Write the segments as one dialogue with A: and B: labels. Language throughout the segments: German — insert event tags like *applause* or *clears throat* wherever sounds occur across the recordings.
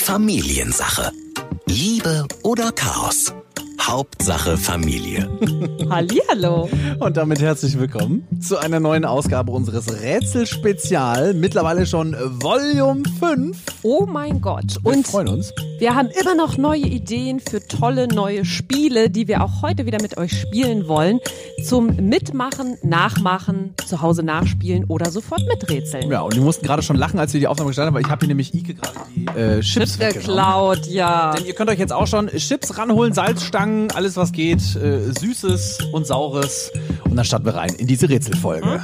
A: Familiensache. Liebe oder Chaos? Hauptsache Familie.
B: Hallihallo.
C: Und damit herzlich willkommen zu einer neuen Ausgabe unseres Rätselspezial. Mittlerweile schon Volume 5.
B: Oh mein Gott.
C: Wir
B: Und
C: freuen uns.
B: wir haben immer noch neue Ideen für tolle neue Spiele, die wir auch heute wieder mit euch spielen wollen. Zum Mitmachen, Nachmachen, zu Hause nachspielen oder sofort miträtseln.
C: Ja, und wir mussten gerade schon lachen, als wir die Aufnahme gestartet haben, weil ich habe hier nämlich Ike gerade die äh, Chips weggenommen.
B: Geklaut, ja.
C: Denn ihr könnt euch jetzt auch schon Chips ranholen, Salzstangen, alles was geht, äh, Süßes und Saures. Und dann starten wir rein in diese Rätselfolge.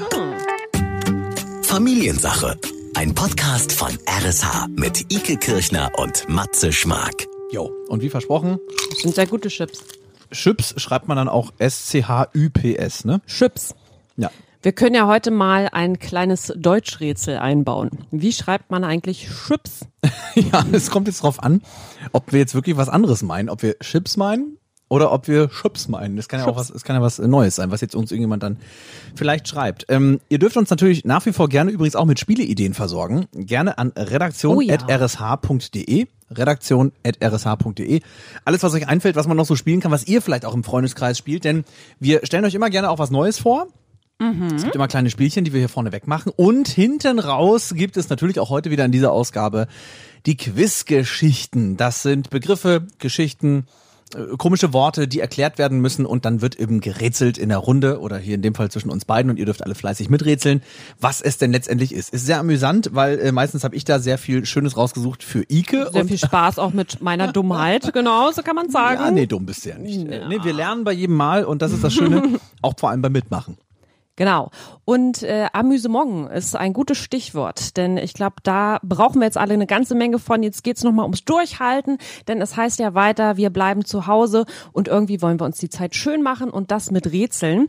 A: Familiensache. Ein Podcast von RSH mit Ike Kirchner und Matze Schmark.
C: Jo, und wie versprochen,
B: Das sind sehr gute Chips.
C: Chips schreibt man dann auch S-C-H-Ü-P-S, ne?
B: Chips.
C: Ja.
B: Wir können ja heute mal ein kleines Deutschrätsel einbauen. Wie schreibt man eigentlich Chips?
C: *laughs* Ja, es kommt jetzt drauf an, ob wir jetzt wirklich was anderes meinen, ob wir Chips meinen oder ob wir Chips meinen. Das kann ja auch was, das kann ja was äh, Neues sein, was jetzt uns irgendjemand dann vielleicht schreibt. Ähm, ihr dürft uns natürlich nach wie vor gerne übrigens auch mit Spieleideen versorgen. Gerne an
B: Oh ja.
C: redaktion.rsh.de. Redaktion.rsh.de. E. Alles, was euch einfällt, was man noch so spielen kann, was ihr vielleicht auch im Freundeskreis spielt, denn wir stellen euch immer gerne auch was Neues vor. Es gibt immer kleine Spielchen, die wir hier vorne wegmachen. Und hinten raus gibt es natürlich auch heute wieder in dieser Ausgabe die Quizgeschichten. Das sind Begriffe, Geschichten, äh, komische Worte, die erklärt werden müssen und dann wird eben gerätselt in der Runde oder hier in dem Fall zwischen uns beiden und ihr dürft alle fleißig miträtseln, was es denn letztendlich ist. Ist sehr amüsant, weil äh, meistens habe ich da sehr viel Schönes rausgesucht für Ike.
B: Sehr
C: und-
B: viel Spaß auch mit
C: *laughs*
B: meiner Dummheit, genau, so kann man sagen.
C: ja, nee, dumm bist du ja nicht. Äh, Nee, wir lernen bei jedem Mal und das ist das Schöne,
B: *laughs*
C: auch vor allem beim Mitmachen.
B: Genau. Und äh, Amüsement ist ein gutes Stichwort, denn ich glaube, da brauchen wir jetzt alle eine ganze Menge von. Jetzt geht's nochmal ums Durchhalten, denn es heißt ja weiter, wir bleiben zu Hause und irgendwie wollen wir uns die Zeit schön machen und das mit Rätseln.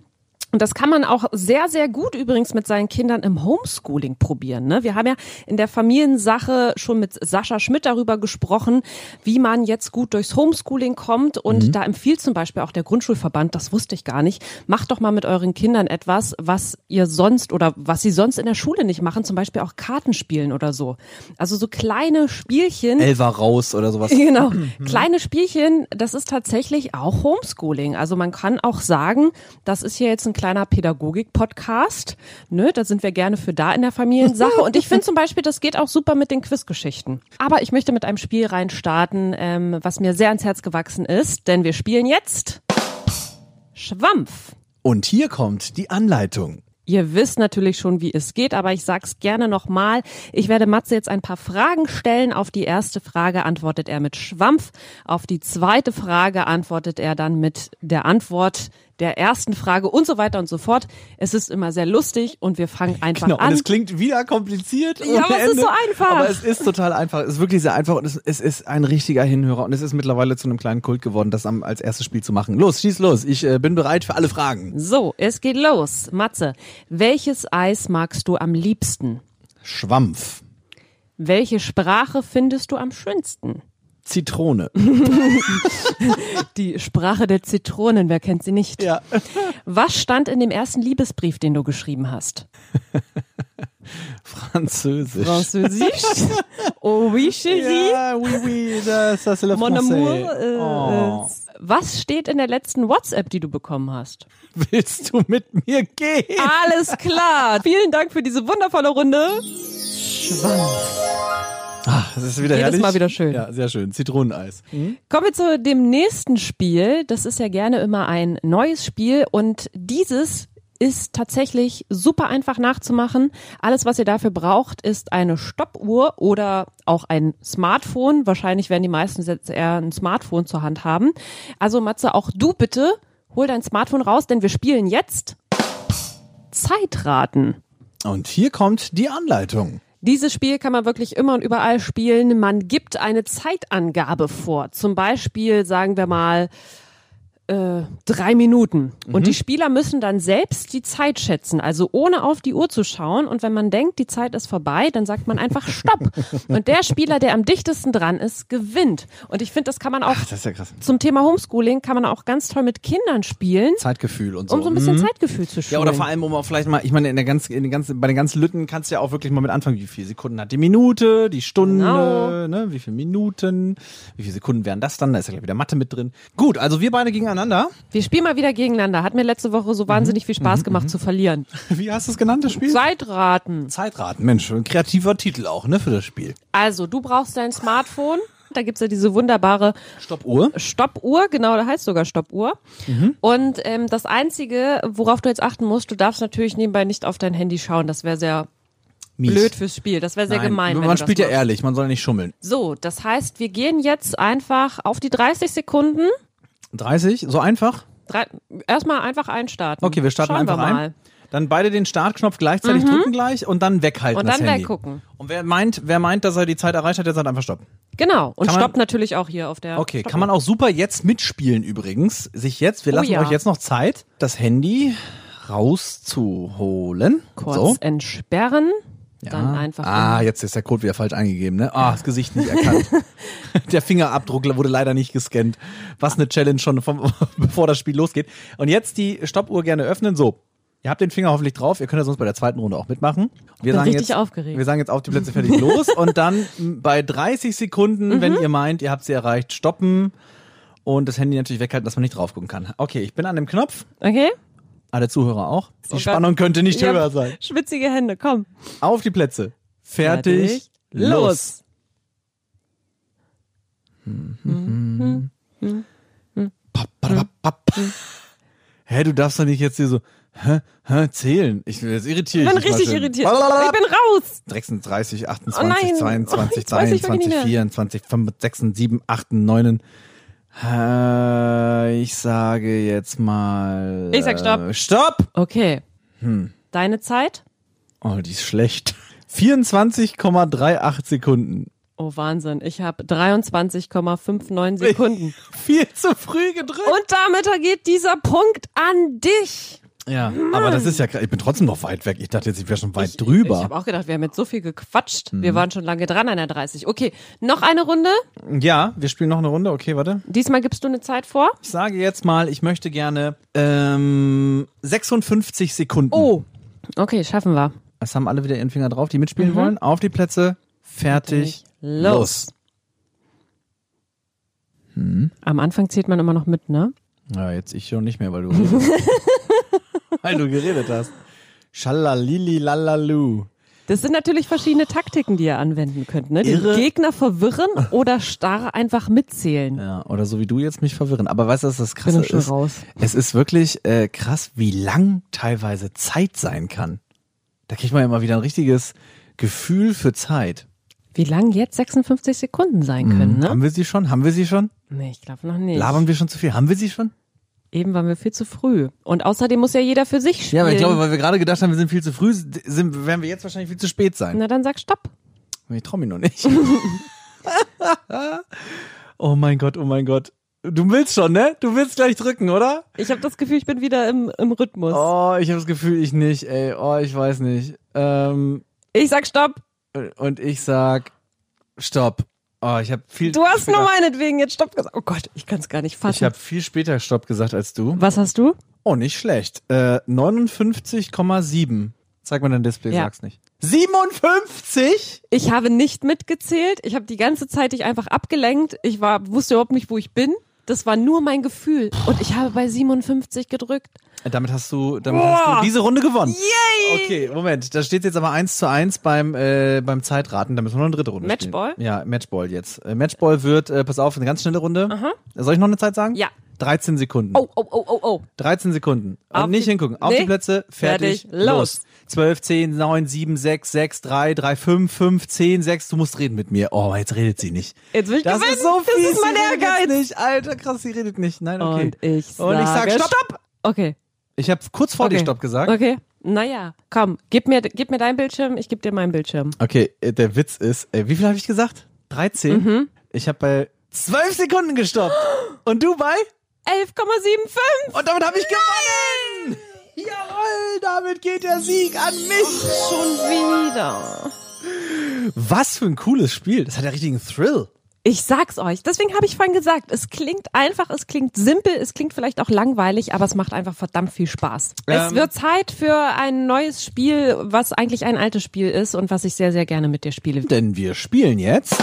B: Und das kann man auch sehr, sehr gut übrigens mit seinen Kindern im Homeschooling probieren. Ne? Wir haben ja in der Familiensache schon mit Sascha Schmidt darüber gesprochen, wie man jetzt gut durchs Homeschooling kommt. Und da empfiehlt zum Beispiel auch der Grundschulverband, das wusste ich gar nicht, macht doch mal mit euren Kindern etwas, was ihr sonst oder was sie sonst in der Schule nicht machen, zum Beispiel auch Kartenspielen oder so. Also so kleine Spielchen.
C: Elva raus oder
B: *laughs*
C: sowas.
B: Genau. Kleine Spielchen, das ist tatsächlich auch Homeschooling. Also man kann auch sagen, das ist hier jetzt ein kleiner Pädagogik-Podcast. Ne, da sind wir gerne für da in der Familiensache. Und ich finde zum Beispiel, das geht auch super mit den Quizgeschichten. Aber ich möchte mit einem Spiel reinstarten, ähm, was mir sehr ans Herz gewachsen ist, denn wir spielen jetzt Schwampf.
C: Und hier kommt die Anleitung.
B: Ihr wisst natürlich schon, wie es geht, aber ich sag's gerne nochmal. Ich werde Matze jetzt ein paar Fragen stellen. Auf die erste Frage antwortet er mit Schwampf. Auf die zweite Frage antwortet er dann mit der Antwort der ersten Frage und so weiter und so fort. Es ist immer sehr lustig und wir fangen einfach
C: Genau, und
B: an.
C: es klingt wieder kompliziert.
B: Ja,
C: ohne
B: aber es ist
C: Ende,
B: so einfach.
C: Aber es ist total einfach. Es ist wirklich sehr einfach und es, es ist ein richtiger Hinhörer und es ist mittlerweile zu einem kleinen Kult geworden, das am, als erstes Spiel zu machen. Los, schieß los. Ich äh, bin bereit für alle Fragen.
B: So, es geht los. Matze, welches Eis magst du am liebsten?
C: Schwampf,
B: Welche Sprache findest du am schönsten?
C: Zitrone, *laughs*
B: Die Sprache der Zitronen, wer kennt sie nicht?
C: ja.
B: *laughs* Was stand in dem ersten Liebesbrief, den du geschrieben hast?
C: Französisch. *laughs*
B: Französisch. Oh oui, chérie.
C: ja, oui, oui, das, das le
B: Mon
C: français.
B: amour. Äh,
C: oh.
B: äh, was steht in der letzten WhatsApp, die du bekommen hast?
C: Willst du mit mir gehen?
B: Alles klar. Vielen Dank für diese wundervolle Runde.
C: Das ist wieder
B: Ah, Jedes
C: herrlich.
B: Mal wieder schön.
C: Ja, sehr schön. Zitroneneis.
B: Kommen wir zu dem nächsten Spiel. Das ist ja gerne immer ein neues Spiel und dieses ist tatsächlich super einfach nachzumachen. Alles, was ihr dafür braucht, ist eine Stoppuhr oder auch ein Smartphone. Wahrscheinlich werden die meisten jetzt eher ein Smartphone zur Hand haben. Also Matze, auch du bitte hol dein Smartphone raus, denn wir spielen jetzt Zeitraten.
C: Und hier kommt die Anleitung.
B: Dieses Spiel kann man wirklich immer und überall spielen. Man gibt eine Zeitangabe vor. Zum Beispiel sagen wir mal äh, drei Minuten. Und
C: Mhm.
B: die Spieler müssen dann selbst die Zeit schätzen, also ohne auf die Uhr zu schauen. Und wenn man denkt, die Zeit ist vorbei, dann sagt man einfach
C: *laughs*
B: Stopp. Und der Spieler, der am dichtesten dran ist, gewinnt. Und ich finde, das kann man auch
C: Das ist ja krass.
B: zum Thema Homeschooling kann man auch ganz toll mit Kindern spielen,
C: Zeitgefühl und so.
B: um so ein bisschen Zeitgefühl zu schulen.
C: Mhm. Ja, oder vor allem, um auch vielleicht mal, ich meine, in der ganz, in den ganzen, bei den ganzen Lütten kannst du ja auch wirklich mal mit anfangen, wie viele Sekunden hat die Minute, die Stunde,
B: Genau.
C: ne, wie viele Minuten, wie viele Sekunden wären das dann? Da ist ja gleich wieder Mathe mit drin. Gut, also wir beide gegeneinander. *laughs*
B: Wir spielen mal wieder gegeneinander. Hat mir letzte Woche
C: Mhm.
B: so wahnsinnig viel Spaß gemacht zu verlieren.
C: Wie hast du es genannt, das Spiel?
B: Zeitraten.
C: Zeitraten, Mensch, ein kreativer Titel auch, ne, für das Spiel.
B: Also, du brauchst dein Smartphone. Da gibt's ja diese wunderbare
C: Stoppuhr.
B: Stoppuhr, genau, da heißt sogar Stoppuhr.
C: Mhm.
B: Und ähm, das Einzige, worauf du jetzt achten musst, du darfst natürlich nebenbei nicht auf dein Handy schauen. Das wäre sehr
C: Mies.
B: blöd fürs Spiel. Das wäre sehr
C: Nein,
B: gemein. wenn
C: Man
B: du das
C: spielt ja
B: machst.
C: ehrlich, man soll nicht schummeln.
B: So, das heißt, wir gehen jetzt einfach auf die 30 Sekunden.
C: 30, so einfach?
B: Drei, erstmal einfach einstarten.
C: Okay, wir starten
B: Schauen
C: einfach
B: wir mal. Mhm.
C: ein. Dann beide den Startknopf gleichzeitig drücken gleich und dann weghalten
B: Und
C: das
B: dann
C: Handy.
B: weggucken.
C: Und wer meint, wer meint, dass er die Zeit erreicht hat, der sagt einfach stopp.
B: Genau. Und
C: Kann man-
B: stoppt natürlich auch hier auf der.
C: Okay,
B: Stoppuhr.
C: kann man auch super jetzt mitspielen übrigens. Sich jetzt, wir
B: Oh
C: lassen
B: ja.
C: euch jetzt noch Zeit, das Handy rauszuholen.
B: kurz
C: so.
B: entsperren. Dann
C: Ah.
B: einfach. um.
C: Ah, jetzt ist der Code wieder falsch eingegeben, ne? Ah, das Gesicht
B: *laughs*
C: nicht erkannt. der Fingerabdruck wurde leider nicht gescannt. Was eine Challenge schon vom, *laughs* bevor das Spiel losgeht. Und jetzt die Stoppuhr gerne öffnen. So. Ihr habt den Finger hoffentlich drauf. Ihr könnt ja sonst bei der zweiten Runde auch mitmachen.
B: bin
C: Wir sagen
B: richtig
C: jetzt,
B: aufgeregt.
C: Wir sagen jetzt auf die Plätze
B: *laughs*
C: fertig los und dann m, bei 30 Sekunden,
B: Mhm.
C: wenn ihr meint, ihr habt sie erreicht, stoppen und das Handy natürlich weghalten, dass man nicht drauf gucken kann. Okay, ich bin an dem Knopf.
B: Okay?
C: Alle Zuhörer auch. Die
B: Oh Gott.
C: Spannung könnte nicht
B: Ja,
C: höher sein.
B: Schwitzige Hände, komm.
C: Auf die Plätze. Fertig. los. Papp, papp, papp. Hä, du darfst doch nicht jetzt hier so hä, hä, zählen. Ich bin jetzt irritiert.
B: Ich bin richtig irritiert. Ich bin raus.
C: 36, 28,
B: Oh nein.
C: 22,
B: Jetzt weiß *laughs* ich wirklich
C: 23,
B: nicht mehr.
C: 24, 25, 26, 7, 8, 9. Äh, ich sage jetzt mal.
B: Ich sag Stopp.
C: Äh, stopp!
B: Okay. Deine Zeit?
C: Oh, die ist schlecht. 24,38 Sekunden.
B: Oh Wahnsinn, ich habe 23,59 Sekunden.
C: Viel zu früh gedrückt.
B: Und damit geht dieser Punkt an dich.
C: Ja, aber das ist ja krass. Ich bin trotzdem noch weit weg. Ich dachte jetzt, ich wäre schon weit
B: Ich
C: drüber.
B: habe auch gedacht, wir haben jetzt so viel gequatscht. Wir waren schon lange dran an der 30. Okay, noch eine Runde.
C: Ja, wir spielen noch eine Runde. Okay, warte.
B: Diesmal gibst du eine Zeit vor.
C: Ich sage jetzt mal, ich möchte gerne ähm, 56 Sekunden.
B: Oh, okay, schaffen wir.
C: Das haben alle wieder ihren Finger drauf, die
B: Mhm.
C: mitspielen wollen. Auf die Plätze, fertig,
B: Los. Am Anfang zählt man immer noch mit, ne?
C: Ja, jetzt ich schon nicht mehr, weil du geredet *laughs* hast. weil du geredet hast. Schalalili lalalu.
B: Das sind natürlich verschiedene Taktiken, die ihr anwenden könnt, ne? Den
C: Irre.
B: Gegner verwirren oder starr einfach mitzählen.
C: Ja, oder so wie du jetzt mich verwirren. Aber weißt du, was das
B: Bin
C: Krasse
B: doch schon
C: ist?
B: raus.
C: Es ist wirklich äh, krass, wie lang teilweise Zeit sein kann. Da kriegt man ja immer wieder ein richtiges Gefühl für Zeit.
B: Wie lang jetzt 56 Sekunden sein können, ne?
C: Haben wir sie schon? Haben wir sie schon?
B: Nee, ich glaube noch nicht.
C: Mhm. Labern wir schon zu viel? Haben wir sie schon?
B: Eben waren wir viel zu früh. Und außerdem muss ja jeder für sich spielen.
C: Ja, aber ich glaube, weil wir gerade gedacht haben, wir sind viel zu früh, sind, werden wir jetzt wahrscheinlich viel zu spät sein.
B: Na dann sag Stopp.
C: Ich traue mich noch nicht. *laughs* oh mein Gott, oh mein Gott. Du willst schon, ne? Du willst gleich drücken, oder?
B: Ich habe das Gefühl, ich bin wieder im, im Rhythmus.
C: Oh, ich habe das Gefühl, ich nicht, ey. Oh, ich weiß nicht. Ähm,
B: Ich sag Stopp.
C: und ich sag, stopp. Oh, ich habe viel.
B: Du hast nur meinetwegen jetzt Stopp gesagt. Oh Gott, ich kann es gar nicht
C: Ich
B: fassen.
C: habe viel später Stopp gesagt als du.
B: Was hast du?
C: Oh, nicht schlecht. Äh, 59,7. Zeig mal dein Display,
B: Ja.
C: sag's nicht. 57?
B: Ich habe nicht mitgezählt. Ich habe die ganze Zeit dich einfach abgelenkt. Ich war, wusste überhaupt nicht, wo ich bin. Das war nur mein Gefühl. Und ich habe bei 57 gedrückt.
C: Äh, Damit hast du, damit
B: Boah.
C: hast du diese Runde gewonnen.
B: Yay!
C: Okay, Moment. Da steht jetzt aber 1 zu 1 beim, äh, beim Zeitraten. Da müssen wir noch eine dritte Runde
B: Matchball?
C: spielen. Ja, Matchball jetzt. Äh, Matchball wird, äh, pass auf, eine ganz schnelle Runde. Aha. Soll ich noch eine Zeit sagen?
B: Ja.
C: 13 Sekunden.
B: Oh, oh, oh, oh, oh.
C: 13 Sekunden. Und
B: Auf
C: nicht
B: die-
C: hingucken. Auf
B: Nee.
C: die Plätze. Fertig.
B: Fertig. Los.
C: 12, 10, 9, 7, 6, 6, 3, 3, 5, 5, 10, 6. Du musst reden mit mir. Oh, jetzt redet sie nicht.
B: Jetzt will ich
C: Das
B: gewinnen.
C: ist so viel.
B: Das ist mein
C: sie redet
B: Ehrgeiz.
C: jetzt Nicht. Alter, krass, sie redet nicht. Nein, okay.
B: Und ich
C: Und ich
B: sage
C: sag Stopp.
B: Okay.
C: Ich habe kurz vor
B: okay.
C: dir Stopp gesagt.
B: Okay. Naja, komm, gib mir, gib mir deinen Bildschirm, ich geb dir meinen Bildschirm.
C: Okay, äh, der Witz ist, äh, wie viel habe ich
B: Mhm. *gasps*
C: gesagt? 13? Ich habe bei 12 Sekunden gestoppt. Und du bei
B: 11,75.
C: Und damit habe ich gewonnen! Jawohl, damit geht der Sieg an mich!
B: Schon wieder.
C: Was für ein cooles Spiel. Das hat ja richtigen Thrill.
B: Ich sag's euch. Deswegen habe ich vorhin gesagt, es klingt einfach, es klingt simpel, es klingt vielleicht auch langweilig, aber es macht einfach verdammt viel Spaß. es
C: Ähm.
B: wird Zeit für ein neues Spiel, was eigentlich ein altes Spiel ist und was ich sehr, sehr gerne mit dir spiele.
C: Denn wir spielen jetzt.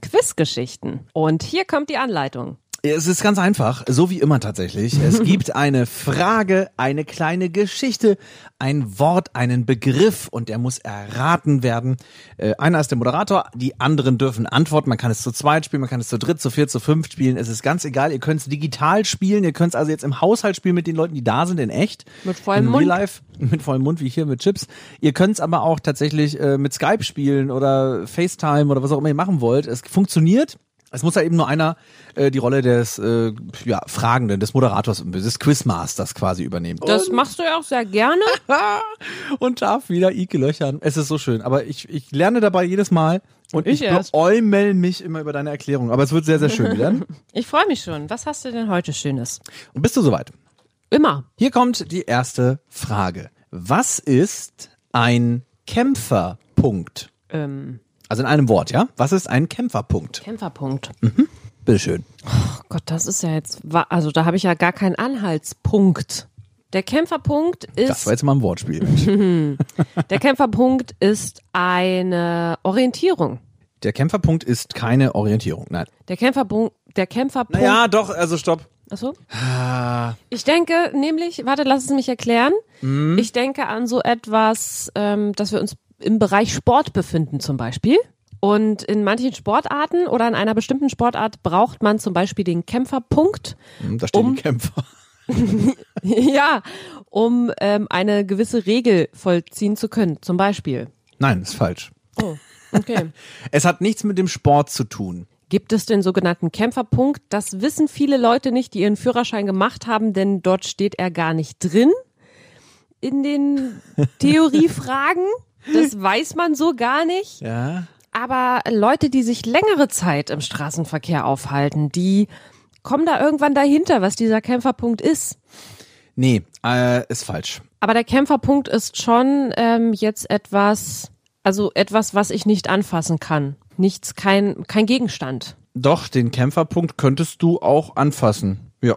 B: Quizgeschichten. Und hier kommt die Anleitung.
C: Es ist ganz einfach, so wie immer tatsächlich. Es gibt eine Frage, eine kleine Geschichte, ein Wort, einen Begriff und der muss erraten werden. Äh, einer ist der Moderator, die anderen dürfen antworten. Man kann es zu zweit spielen, man kann es zu dritt, zu viert, zu fünft spielen. Es ist ganz egal. Ihr könnt es digital spielen, ihr könnt es also jetzt im Haushalt spielen mit den Leuten, die da sind, in echt. Ähm,
B: Mit vollem
C: Im
B: Mund.
C: Real Life, mit vollem Mund wie hier mit Chips. Ihr könnt es aber auch tatsächlich äh, mit Skype spielen oder FaceTime oder was auch immer ihr machen wollt. Es funktioniert. Es muss ja eben nur einer äh, die Rolle des äh, ja, Fragenden, des Moderators, des Quizmasters quasi übernehmen.
B: Das machst du ja auch sehr gerne.
C: Und darf wieder Ike löchern. Es ist so schön. Aber ich, ich lerne dabei jedes Mal und
B: Ich
C: ich,
B: erst.
C: beäumel mich immer über deine Erklärung. Aber es wird sehr, sehr
B: *laughs*
C: schön werden.
B: Ich freue mich schon. Was hast du denn heute Schönes?
C: Und bist du soweit?
B: Immer.
C: Hier kommt die erste Frage. Was ist ein Kämpferpunkt?
B: Ähm,
C: Also in einem Wort, ja? Was ist ein Kämpferpunkt?
B: Kämpferpunkt.
C: Hm. Bitteschön.
B: Oh Gott, das ist ja jetzt, wa- also da habe ich ja gar keinen Anhaltspunkt. Der Kämpferpunkt
C: Das
B: ist,
C: war jetzt mal ein
B: *laughs*
C: Wortspiel. Mensch.
B: der Kämpferpunkt ist eine Orientierung.
C: Der Kämpferpunkt ist keine Orientierung. Nein.
B: Der Kämpferpunkt, der Kämpferpunkt.
C: doch, also stopp.
B: Achso.
C: Ah,
B: Ich denke nämlich, warte, lass es mich erklären. Ich denke an so etwas, ähm, dass wir uns im Bereich Sport befinden zum Beispiel. Und in manchen Sportarten oder in einer bestimmten Sportart braucht man zum Beispiel den Kämpferpunkt, *laughs*
C: Hm, da stehen
B: Um-
C: die Kämpfer.
B: ja, um ähm, eine gewisse Regel vollziehen zu können. Zum Beispiel.
C: Nein, ist falsch.
B: Oh, okay.
C: Es hat nichts mit dem Sport zu tun.
B: Gibt es den sogenannten Kämpferpunkt? Das wissen viele Leute nicht, die ihren Führerschein gemacht haben, denn dort steht er gar nicht drin in den Theoriefragen. Das weiß man so gar nicht.
C: Ja.
B: Aber Leute, die sich längere Zeit im Straßenverkehr aufhalten, die kommen da irgendwann dahinter, was dieser Kämpferpunkt ist.
C: Nee, äh, ist falsch.
B: Aber der Kämpferpunkt ist schon ähm, jetzt etwas, also etwas, was ich nicht anfassen kann. Nichts, kein, kein Gegenstand.
C: Doch, den Kämpferpunkt könntest du auch anfassen. Ja.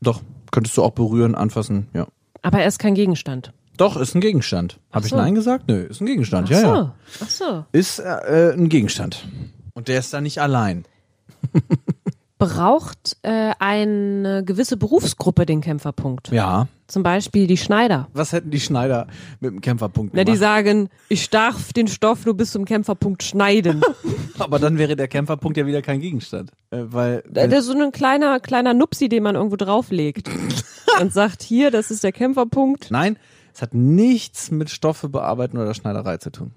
C: Doch, könntest du auch berühren, anfassen. Ja.
B: Aber er ist kein Gegenstand.
C: Doch, ist ein Gegenstand. Habe ich
B: so.
C: Nein gesagt? Nö, ist ein Gegenstand. ja,
B: Ach so,
C: ja.
B: ach so.
C: Ist äh, äh, ein Gegenstand. Und der ist da nicht allein.
B: Braucht äh, eine gewisse Berufsgruppe den Kämpferpunkt?
C: Ja.
B: Zum Beispiel die Schneider.
C: Was hätten die Schneider mit dem Kämpferpunkt
B: Na, die
C: gemacht?
B: sagen, ich darf den Stoff nur bis zum Kämpferpunkt
C: *laughs*
B: schneiden. Ne,
C: Aber dann wäre der Kämpferpunkt ja wieder kein Gegenstand. Äh, weil
B: das ist so ein kleiner, kleiner Nupsi, den man irgendwo
C: *laughs*
B: drauflegt und sagt, hier, das ist der Kämpferpunkt.
C: Nein, es hat nichts mit Stoffe bearbeiten oder Schneiderei zu tun.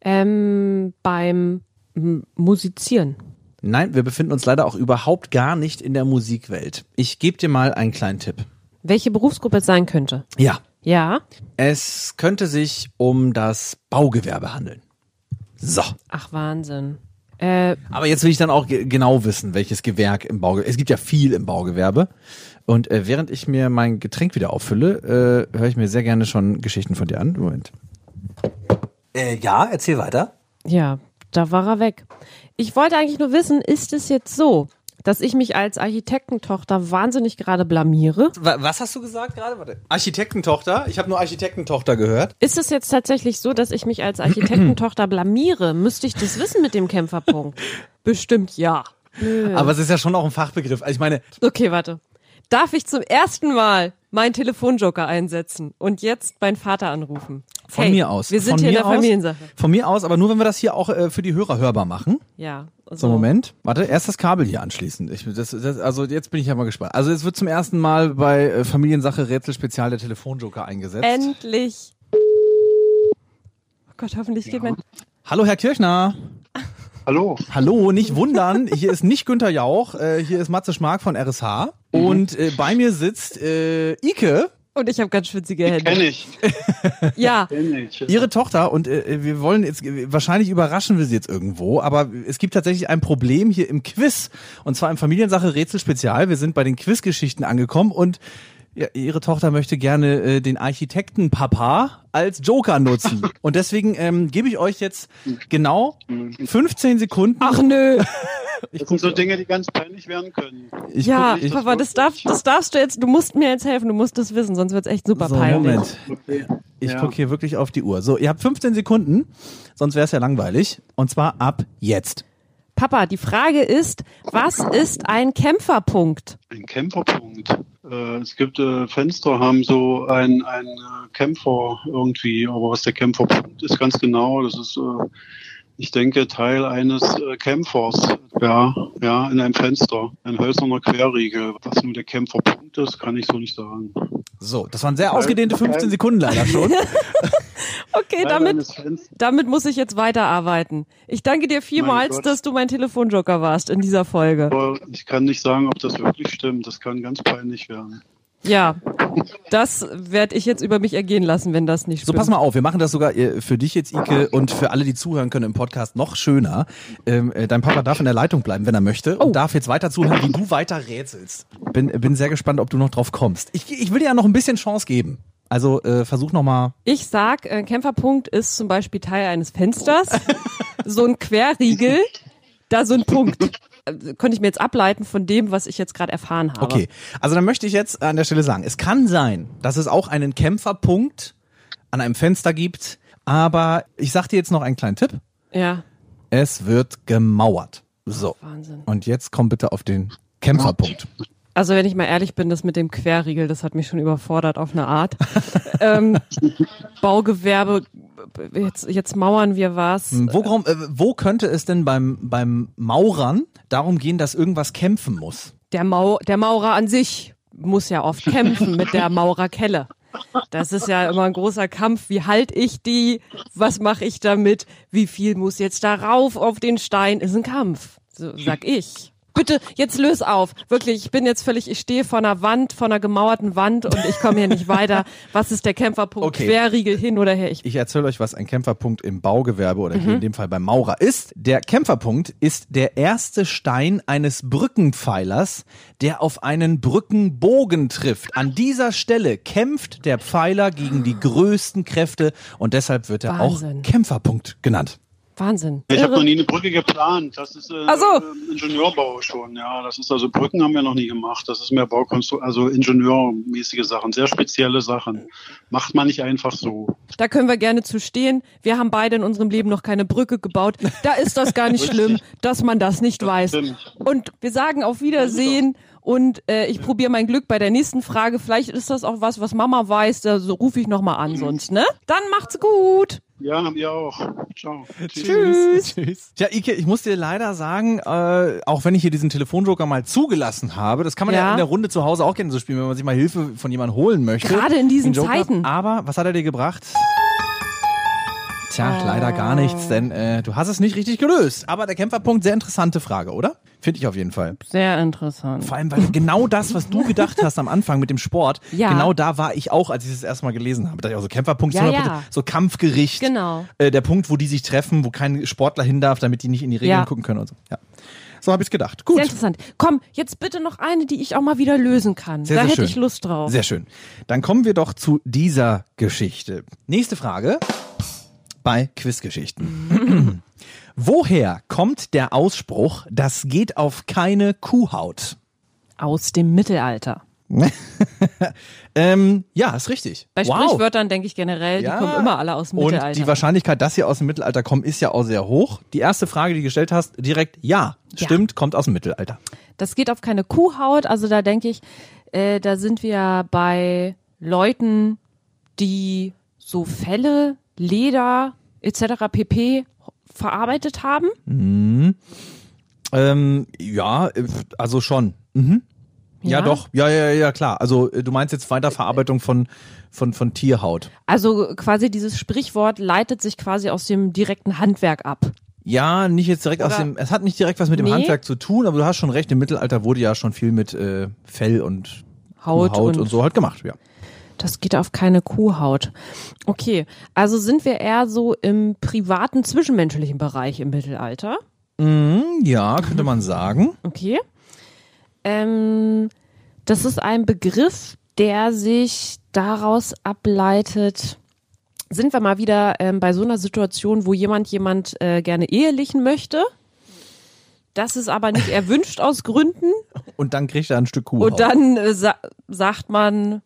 B: Ähm, beim M- Musizieren.
C: Nein, wir befinden uns leider auch überhaupt gar nicht in der Musikwelt. Ich gebe dir mal einen kleinen Tipp.
B: Welche Berufsgruppe es sein könnte?
C: Ja.
B: Ja.
C: Es könnte sich um das Baugewerbe handeln. So.
B: Ach, Wahnsinn. Äh,
C: Aber jetzt will ich dann auch ge genau wissen, welches Gewerk im Baugewerbe. Es gibt ja viel im Baugewerbe. Und äh, während ich mir mein Getränk wieder auffülle, äh, höre ich mir sehr gerne schon Geschichten von dir an. Moment. Äh, ja, erzähl weiter.
B: Ja, da war er weg. Ich wollte eigentlich nur wissen, ist es jetzt so, dass ich mich als Architektentochter wahnsinnig gerade blamiere?
C: Wa- Was hast du gesagt gerade? Warte. Architektentochter? Ich habe nur Architektentochter gehört.
B: Ist es jetzt tatsächlich so, dass ich mich
C: *clears throat*
B: als Architektentochter blamiere? Müsste ich das wissen mit dem
C: *laughs*
B: Kämpferpunkt? Bestimmt ja.
C: Aber es ist ja schon auch ein Fachbegriff. Also ich meine,
B: Okay, warte. Darf ich zum ersten Mal meinen Telefonjoker einsetzen und jetzt meinen Vater anrufen?
C: von
B: hey,
C: mir aus.
B: Wir sind
C: von
B: hier in
C: mir
B: der
C: aus-
B: Familiensache.
C: Von mir aus, aber nur wenn wir das hier auch äh, für die Hörer hörbar machen.
B: Ja. also
C: So, Moment. Warte, erst das Kabel hier anschließen. Ich, das, das, also jetzt bin ich ja mal gespannt. Also es wird zum ersten Mal bei äh, Familiensache Rätsel Spezial der Telefonjoker eingesetzt.
B: Ähm. Endlich. Oh Gott, hoffentlich geht mein.
C: Hallo Herr Kirchner.
D: Hallo.
C: Hallo, nicht wundern. Hier ist nicht Günther Jauch. Äh, hier ist Matze Schmark von RSH. Und äh, bei mir sitzt äh, Ike.
B: Und ich habe ganz schwitzige Hände.
D: Kenne ich.
B: Ja,
D: Kenn ich.
C: Ihre Tochter, und äh, wir wollen jetzt, wahrscheinlich überraschen wir sie jetzt irgendwo, aber es gibt tatsächlich ein Problem hier im Quiz. Und zwar im Familiensache Rätsel Spezial. Wir sind bei den Quizgeschichten angekommen und ja, Ihre Tochter möchte gerne äh, den Architekten Papa als
B: *laughs*
C: Joker nutzen. Und deswegen ähm, gebe ich euch jetzt genau 15 Sekunden.
B: Mhm. ach nö.
D: Das sind so Dinge, die ganz peinlich werden können.
C: ich
B: Ja,
C: guck- ich-
B: Papa, das, darf, das darfst du jetzt, du musst mir jetzt helfen, du musst das wissen, sonst wird's echt super
C: so,
B: peinlich.
C: Moment.
D: Okay.
C: Ich
D: Ja.
C: guck gucke hier wirklich auf die Uhr. So, ihr habt 15 Sekunden, sonst wäre es ja langweilig. Und zwar ab jetzt.
B: Papa, die Frage ist, was ist ein Kämpferpunkt?
D: Ein Kämpferpunkt. Äh, es gibt äh, Fenster, haben so ein, ein äh, Kämpfer irgendwie, aber was der Kämpferpunkt ist, ganz genau, das ist, äh, ich denke, Teil eines äh, Kämpfers, ja, ja, in einem Fenster, ein hölzerner Querriegel. Was nun der Kämpferpunkt ist, kann ich so nicht sagen.
C: So, das waren sehr ausgedehnte 15 Sekunden leider schon.
B: *laughs* Okay,
D: Teil
B: damit,
D: eines Fensters.
B: damit muss ich jetzt weiterarbeiten. Ich danke dir vielmals,
D: Gott.
B: dass du mein Telefonjoker warst in dieser Folge.
D: Aber ich kann nicht sagen, ob das wirklich stimmt. Das kann ganz peinlich werden.
B: Ja, das werde ich jetzt über mich ergehen lassen, wenn das nicht
C: So,
B: stimmt.
C: pass mal auf, wir machen das sogar äh, für dich jetzt, Ike, und für alle, die zuhören können im Podcast, noch schöner. Ähm, äh, dein Papa darf in der Leitung bleiben, wenn er möchte, und darf jetzt weiter zuhören, wie du weiter rätselst. Bin, bin sehr gespannt, ob du noch drauf kommst. Ich, ich will dir ja noch ein bisschen Chance geben. Also äh, versuch noch mal.
B: Ich sag, äh, Kämpferpunkt ist zum Beispiel Teil eines Fensters, so ein Querriegel, da so ein Punkt. Äh, Konnte ich mir jetzt ableiten von dem, was ich jetzt gerade erfahren habe.
C: Okay, also dann möchte ich jetzt an der Stelle sagen, es kann sein, dass es auch einen Kämpferpunkt an einem Fenster gibt, aber ich sag dir jetzt noch einen kleinen Tipp.
B: Ja,
C: Es wird gemauert. So.
B: Wahnsinn.
C: Und jetzt komm bitte auf den Kämpferpunkt.
B: Also wenn ich mal ehrlich bin, das mit dem Querriegel, das hat mich schon überfordert auf eine Art. ähm, Baugewerbe, jetzt, jetzt mauern wir was.
C: Wo, komm- äh, wo könnte es denn beim, beim Maurern darum gehen, dass irgendwas kämpfen muss?
B: Der, Mau der Maurer an sich muss ja oft kämpfen mit der Maurerkelle. Das ist ja immer ein großer Kampf. Wie halte ich die? Was mache ich damit? Wie viel muss jetzt da rauf auf den Stein? Ist ein Kampf, so sag ich. Bitte, jetzt löse auf. Wirklich, ich bin jetzt völlig, ich stehe vor einer Wand, vor einer gemauerten Wand und ich komme hier nicht weiter. Was ist der Kämpferpunkt?
C: Okay.
B: Querriegel hin oder her? Ich
C: Ich erzähle euch, was ein Kämpferpunkt im Baugewerbe oder hier in dem Fall beim Maurer ist. Der Kämpferpunkt ist der erste Stein eines Brückenpfeilers, der auf einen Brückenbogen trifft. An dieser Stelle kämpft der Pfeiler gegen die größten Kräfte und deshalb wird er
B: Wahnsinn.
C: auch Kämpferpunkt genannt.
B: Wahnsinn.
D: Ich habe
B: Irre.
D: noch nie eine Brücke geplant. Das ist äh,
B: Ach so.
D: ähm, Ingenieurbau schon, ja. Das ist also Brücken haben wir noch nie gemacht. Das ist mehr Baukonstru also ingenieurmäßige Sachen, sehr spezielle Sachen. Macht man nicht einfach so.
B: Da können wir gerne zu stehen. Wir haben beide in unserem Leben noch keine Brücke gebaut. Da ist das gar nicht schlimm, dass man das nicht weiß.
D: stimmt.
B: Und wir sagen auf Wiedersehen und äh, ich probiere mein Glück bei der nächsten Frage. Vielleicht ist das auch was, was Mama weiß. Da so rufe ich nochmal an sonst, ne? Dann macht's gut.
D: Ja, haben wir auch. Ciao.
C: *laughs*
B: Tschüss.
C: Tja, Ike, ich muss dir leider sagen, äh, auch wenn ich hier diesen Telefonjoker mal zugelassen habe, das kann man ja,
B: Ja.
C: in der Runde zu Hause auch gerne so spielen, wenn man sich mal Hilfe von jemandem holen möchte.
B: Gerade in diesen
C: Den Joker.
B: Zeiten.
C: Aber was hat er dir gebracht?
B: Oh.
C: Tja, leider gar nichts, denn äh, du hast es nicht richtig gelöst. Aber der Kämpferpunkt, sehr interessante Frage, oder? Finde ich auf jeden Fall.
B: Sehr interessant.
C: Vor allem, weil genau das, was du gedacht hast am Anfang mit dem Sport,
B: *laughs* Ja.
C: genau da war ich auch, als ich das erstmal gelesen habe. Da dachte ich auch so Kämpferpunkt,
B: Ja,
C: 100%,
B: ja.
C: so Kampfgericht.
B: Genau.
C: Äh, der Punkt, wo die sich treffen, wo kein Sportler hin darf, damit die nicht in die Regeln
B: Ja.
C: gucken können und so. Ja. So habe ich es gedacht. Gut.
B: Sehr interessant. Komm, jetzt bitte noch eine, die ich auch mal wieder lösen kann.
C: Sehr,
B: da
C: sehr
B: hätte
C: schön.
B: ich Lust drauf.
C: Sehr schön. Dann kommen wir doch zu dieser Geschichte. Nächste Frage bei Quizgeschichten. *clears throat* Woher kommt der Ausspruch, das geht auf keine Kuhhaut?
B: Aus dem Mittelalter.
C: Ähm, ja, ist richtig.
B: Bei
C: wow.
B: Sprichwörtern denke ich generell, die kommen immer alle aus dem Mittelalter.
C: Und die Wahrscheinlichkeit, dass sie aus dem Mittelalter kommen, ist ja auch sehr hoch. Die erste Frage, die du gestellt hast, direkt ja,
B: Ja.
C: stimmt, kommt aus dem Mittelalter.
B: Das geht auf keine Kuhhaut. Also da denke ich, äh, da sind wir bei Leuten, die so Felle, Leder etc. pp. verarbeitet haben.
C: Ähm, ja, äh, also schon. Mhm. Ja?
B: Ja?
C: doch. Ja, ja, ja, ja, klar. Also äh, du meinst jetzt Weiterverarbeitung von, von, von Tierhaut.
B: Also quasi dieses Sprichwort leitet sich quasi aus dem direkten Handwerk ab.
C: Ja, nicht jetzt direkt aus
B: Oder-
C: dem, es hat nicht direkt was mit dem
B: Nee.
C: Handwerk zu tun, aber du hast schon recht, im Mittelalter wurde ja schon viel mit äh, Fell und
B: Haut
C: Haut und,
B: und
C: so halt gemacht, ja.
B: Das geht auf keine Kuhhaut. Okay, also sind wir eher so im privaten, zwischenmenschlichen Bereich im Mittelalter.
C: Mhm, ja, könnte man sagen.
B: Okay. Ähm, das ist ein Begriff, der sich daraus ableitet. Sind wir mal wieder ähm, bei so einer Situation, wo jemand jemand äh, gerne ehelichen möchte? Das ist aber *laughs* nicht erwünscht aus Gründen.
C: Und dann kriegt er ein Stück Kuhhaut.
B: Und dann äh, sa sagt man,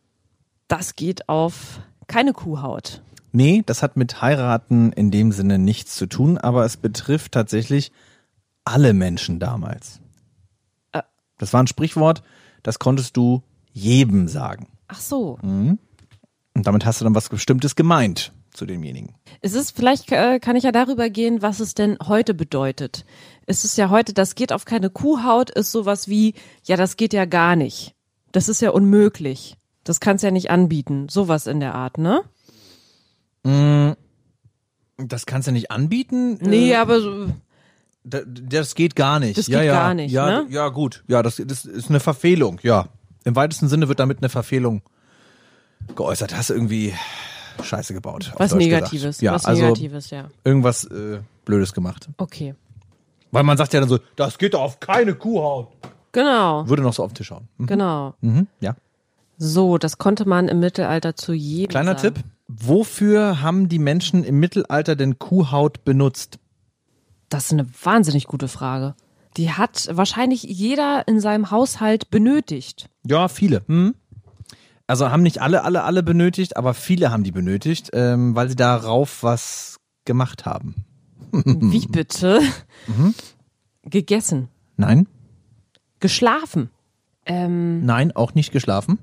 B: das geht auf keine Kuhhaut.
C: Nee, das hat mit Heiraten in dem Sinne nichts zu tun, aber es betrifft tatsächlich alle Menschen damals.
B: Ä-
C: Das war ein Sprichwort, das konntest du jedem sagen. Mhm.
B: Ach so.
C: Und damit hast du dann was Bestimmtes gemeint zu demjenigen.
B: Es ist, vielleicht äh, kann ich ja darüber gehen, was es denn heute bedeutet. Es ist ja heute, das geht auf keine Kuhhaut, ist sowas wie, ja, das geht ja gar nicht. Das ist ja unmöglich. Das kannst ja nicht anbieten. Sowas in der Art, ne?
C: Das kannst du nicht anbieten? Äh,
B: Nee, aber so,
C: Da- Das geht gar nicht.
B: Das
C: ja,
B: geht
C: ja.
B: gar nicht,
C: Ja,
B: ne?
C: ja, gut. Ja, das, das ist eine Verfehlung, ja. Im weitesten Sinne wird damit eine Verfehlung geäußert. Hast du irgendwie Scheiße gebaut. auf
B: was
C: Deutsch
B: Negatives.
C: Gesagt. Ja,
B: was
C: also
B: Negatives, ja.
C: irgendwas äh, Blödes gemacht.
B: Okay.
C: Weil man sagt ja dann so, das geht doch auf keine Kuhhaut.
B: Genau,
C: Würde noch so auf den Tisch hauen. Mhm.
B: genau.
C: Mhm. Ja.
B: So, das konnte man im Mittelalter zu jedem.
C: Kleiner
B: sagen.
C: Tipp. Wofür haben die Menschen im Mittelalter denn Kuhhaut benutzt?
B: Das ist eine wahnsinnig gute Frage. Die hat wahrscheinlich jeder in seinem Haushalt benötigt.
C: Ja, viele. Hm? Also haben nicht alle, alle, alle benötigt, aber viele haben die benötigt, ähm, weil sie darauf was gemacht haben.
B: Wie bitte? Gegessen,
C: Nein,
B: geschlafen, ähm,
C: nein, auch nicht geschlafen.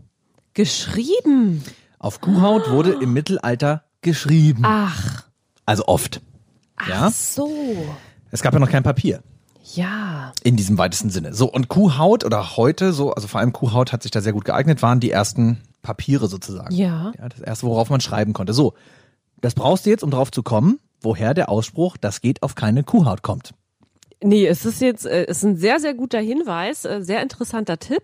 B: geschrieben.
C: Auf Kuhhaut wurde im Mittelalter geschrieben.
B: Ach,
C: Also oft. Ja?
B: Ah. ach so.
C: Es gab ja noch kein Papier.
B: Ja.
C: In diesem weitesten Sinne. So, und Kuhhaut oder heute, so, also vor allem Kuhhaut hat sich da sehr gut geeignet, waren die ersten Papiere sozusagen.
B: Ja.
C: ja das erste, worauf man schreiben konnte. So, das brauchst du jetzt, um drauf zu kommen, woher der Ausspruch, das geht auf keine Kuhhaut kommt.
B: Nee, es ist jetzt äh, es ist ein sehr, sehr guter Hinweis, äh, sehr interessanter Tipp.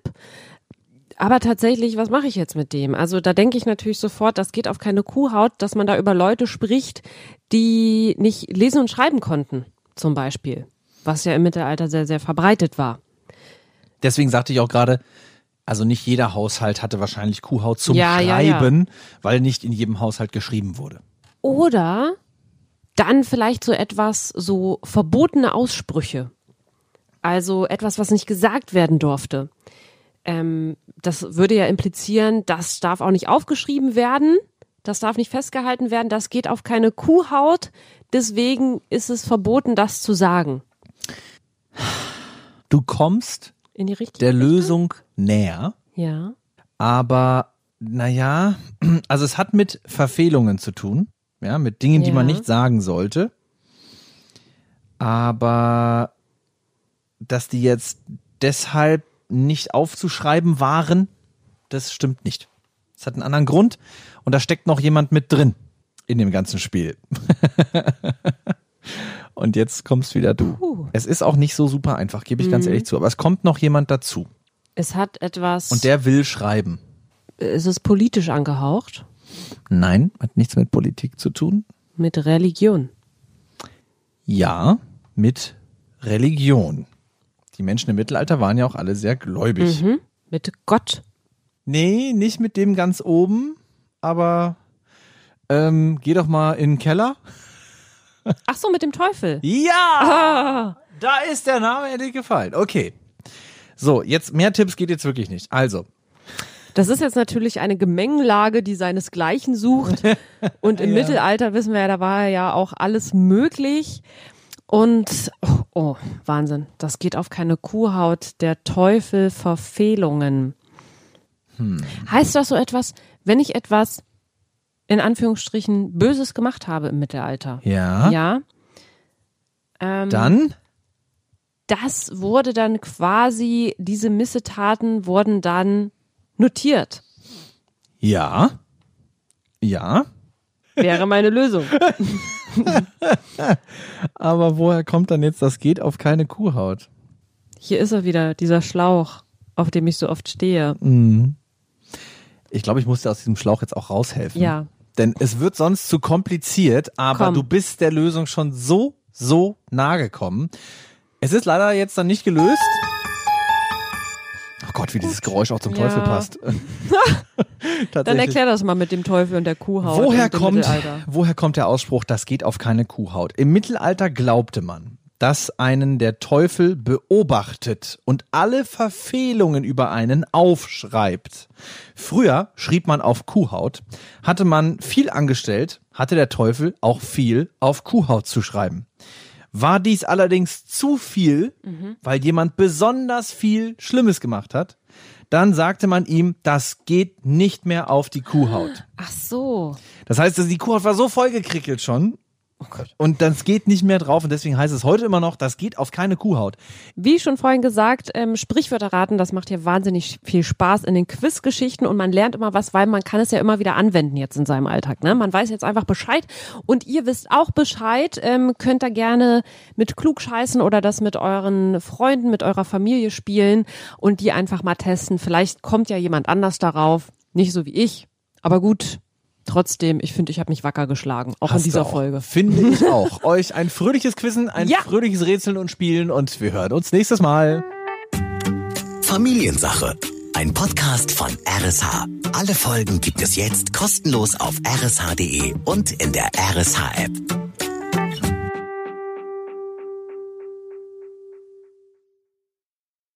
B: Aber tatsächlich, was mache ich jetzt mit dem? Also da denke ich natürlich sofort, das geht auf keine Kuhhaut, dass man da über Leute spricht, die nicht lesen und schreiben konnten, zum Beispiel. Was ja im Mittelalter sehr, sehr verbreitet war.
C: Deswegen sagte ich auch gerade, also nicht jeder Haushalt hatte wahrscheinlich Kuhhaut zum
B: Ja, ja, ja.
C: Schreiben, weil nicht in jedem Haushalt geschrieben wurde.
B: Oder dann vielleicht so etwas, so verbotene Aussprüche. Also etwas, was nicht gesagt werden durfte. Ähm, das würde ja implizieren, das darf auch nicht aufgeschrieben werden, das darf nicht festgehalten werden, das geht auf keine Kuhhaut, deswegen ist es verboten, das zu sagen.
C: Du kommst
B: In die richtige
C: der
B: Richtung?
C: Lösung näher,
B: Ja.
C: aber naja, *clears throat* also es hat mit Verfehlungen zu tun, ja, mit Dingen, die man
B: Ja.
C: nicht sagen sollte. Aber dass die jetzt deshalb nicht aufzuschreiben waren, das stimmt nicht. Es hat einen anderen Grund und da steckt noch jemand mit drin in dem ganzen Spiel. *laughs* und jetzt kommst wieder du.
B: Puh. Mhm.
C: Es ist auch nicht so super einfach, gebe ich ganz ehrlich zu, aber es kommt noch jemand dazu
B: Es hat etwas.
C: und der will schreiben.
B: es ist politisch angehaucht
C: Nein, hat nichts mit Politik zu tun.
B: mit Religion.
C: Ja, mit Religion. Die Menschen im Mittelalter waren ja auch alle sehr gläubig.
B: Hm? Mit Gott.
C: Nee, nicht mit dem ganz oben, aber ähm, geh doch mal in den Keller.
B: Ach so, mit dem Teufel.
C: Ja! Da ist der Name endlich gefallen. Okay. So, jetzt mehr Tipps geht jetzt wirklich nicht. Also,
B: Das ist jetzt natürlich eine Gemengelage, die seinesgleichen sucht. Und im Mittelalter wissen wir ja, da war ja auch alles möglich. Und oh, oh, Wahnsinn, das geht auf keine Kuhhaut. Der Teufel Verfehlungen. Heißt das so etwas, wenn ich etwas in Anführungsstrichen Böses gemacht habe im Mittelalter?
C: ja,
B: Ja. Ähm,
C: dann
B: das wurde dann quasi, diese Missetaten wurden dann notiert.
C: ja, ja.
B: Wäre meine Lösung.
C: Aber woher kommt dann jetzt, das geht auf keine Kuhhaut?
B: Hier ist er wieder, dieser Schlauch, auf dem ich so oft stehe.
C: Ich glaube, ich muss dir aus diesem Schlauch jetzt auch raushelfen.
B: Ja.
C: Denn es wird sonst zu kompliziert, aber
B: Komm.
C: du bist der Lösung schon so, so nahe gekommen. Es ist leider jetzt dann nicht gelöst. Oh Gott, wie dieses Geräusch auch zum
B: Ja. *laughs*
C: Teufel passt. *laughs*
B: Dann
C: Tatsächlich.
B: erklär das mal mit dem Teufel und der Kuhhaut.
C: Woher
B: und dem
C: kommt,
B: Mittelalter.
C: woher kommt der Ausspruch, das geht auf keine Kuhhaut? Im Mittelalter glaubte man, dass einen der Teufel beobachtet und alle Verfehlungen über einen aufschreibt. Früher schrieb man auf Kuhhaut, hatte man viel angestellt, hatte der Teufel auch viel auf Kuhhaut zu schreiben. War dies allerdings zu viel,
B: Mhm.
C: weil jemand besonders viel Schlimmes gemacht hat, dann sagte man ihm, das geht nicht mehr auf die Kuhhaut.
B: Ach so.
C: Das heißt, die Kuhhaut war so vollgekrickelt schon.
B: Oh
C: Und das geht nicht mehr drauf und deswegen heißt es heute immer noch, das geht auf keine Kuhhaut.
B: Wie schon vorhin gesagt, ähm, Sprichwörter raten, das macht hier wahnsinnig viel Spaß in den Quizgeschichten und man lernt immer was, weil man kann es ja immer wieder anwenden jetzt in seinem Alltag. Ne? Man weiß jetzt einfach Bescheid und ihr wisst auch Bescheid, ähm, könnt da gerne mit klug scheißen oder das mit euren Freunden, mit eurer Familie spielen und die einfach mal testen. Vielleicht kommt ja jemand anders darauf, nicht so wie ich, aber gut. Trotzdem, ich finde, ich habe mich wacker geschlagen, auch in
C: Passt
B: dieser
C: auch.
B: Folge.
C: Finde ich auch. Euch ein fröhliches Quizen, ein
B: Ja.
C: fröhliches Rätseln und Spielen und wir hören uns nächstes Mal.
A: Familiensache. Ein Podcast von RSH. E Alle Folgen gibt es jetzt kostenlos auf rsh.de und in der RSH-App.